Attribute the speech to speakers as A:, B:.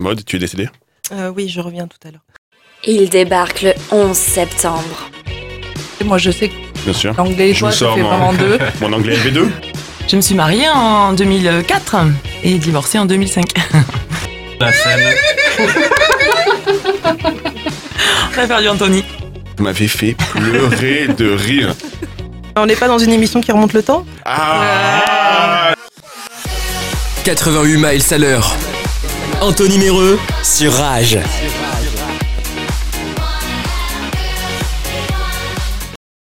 A: Mode, tu es décédé
B: Euh, oui, je reviens tout à l'heure.
C: Il débarque le 11 septembre.
D: Moi, je sais que
A: Bien sûr.
D: l'anglais et
A: Je
D: toi,
A: vous
D: ça
A: sors,
D: fait
A: moi.
D: vraiment deux.
A: Mon anglais LV2
D: Je me suis mariée en 2004 et divorcée en 2005.
E: La scène.
D: On a perdu Anthony.
A: Vous m'avez fait pleurer de rire.
B: On n'est pas dans une émission qui remonte le temps
A: Ah
F: 88 miles à l'heure. Anthony Méreux sur Rage.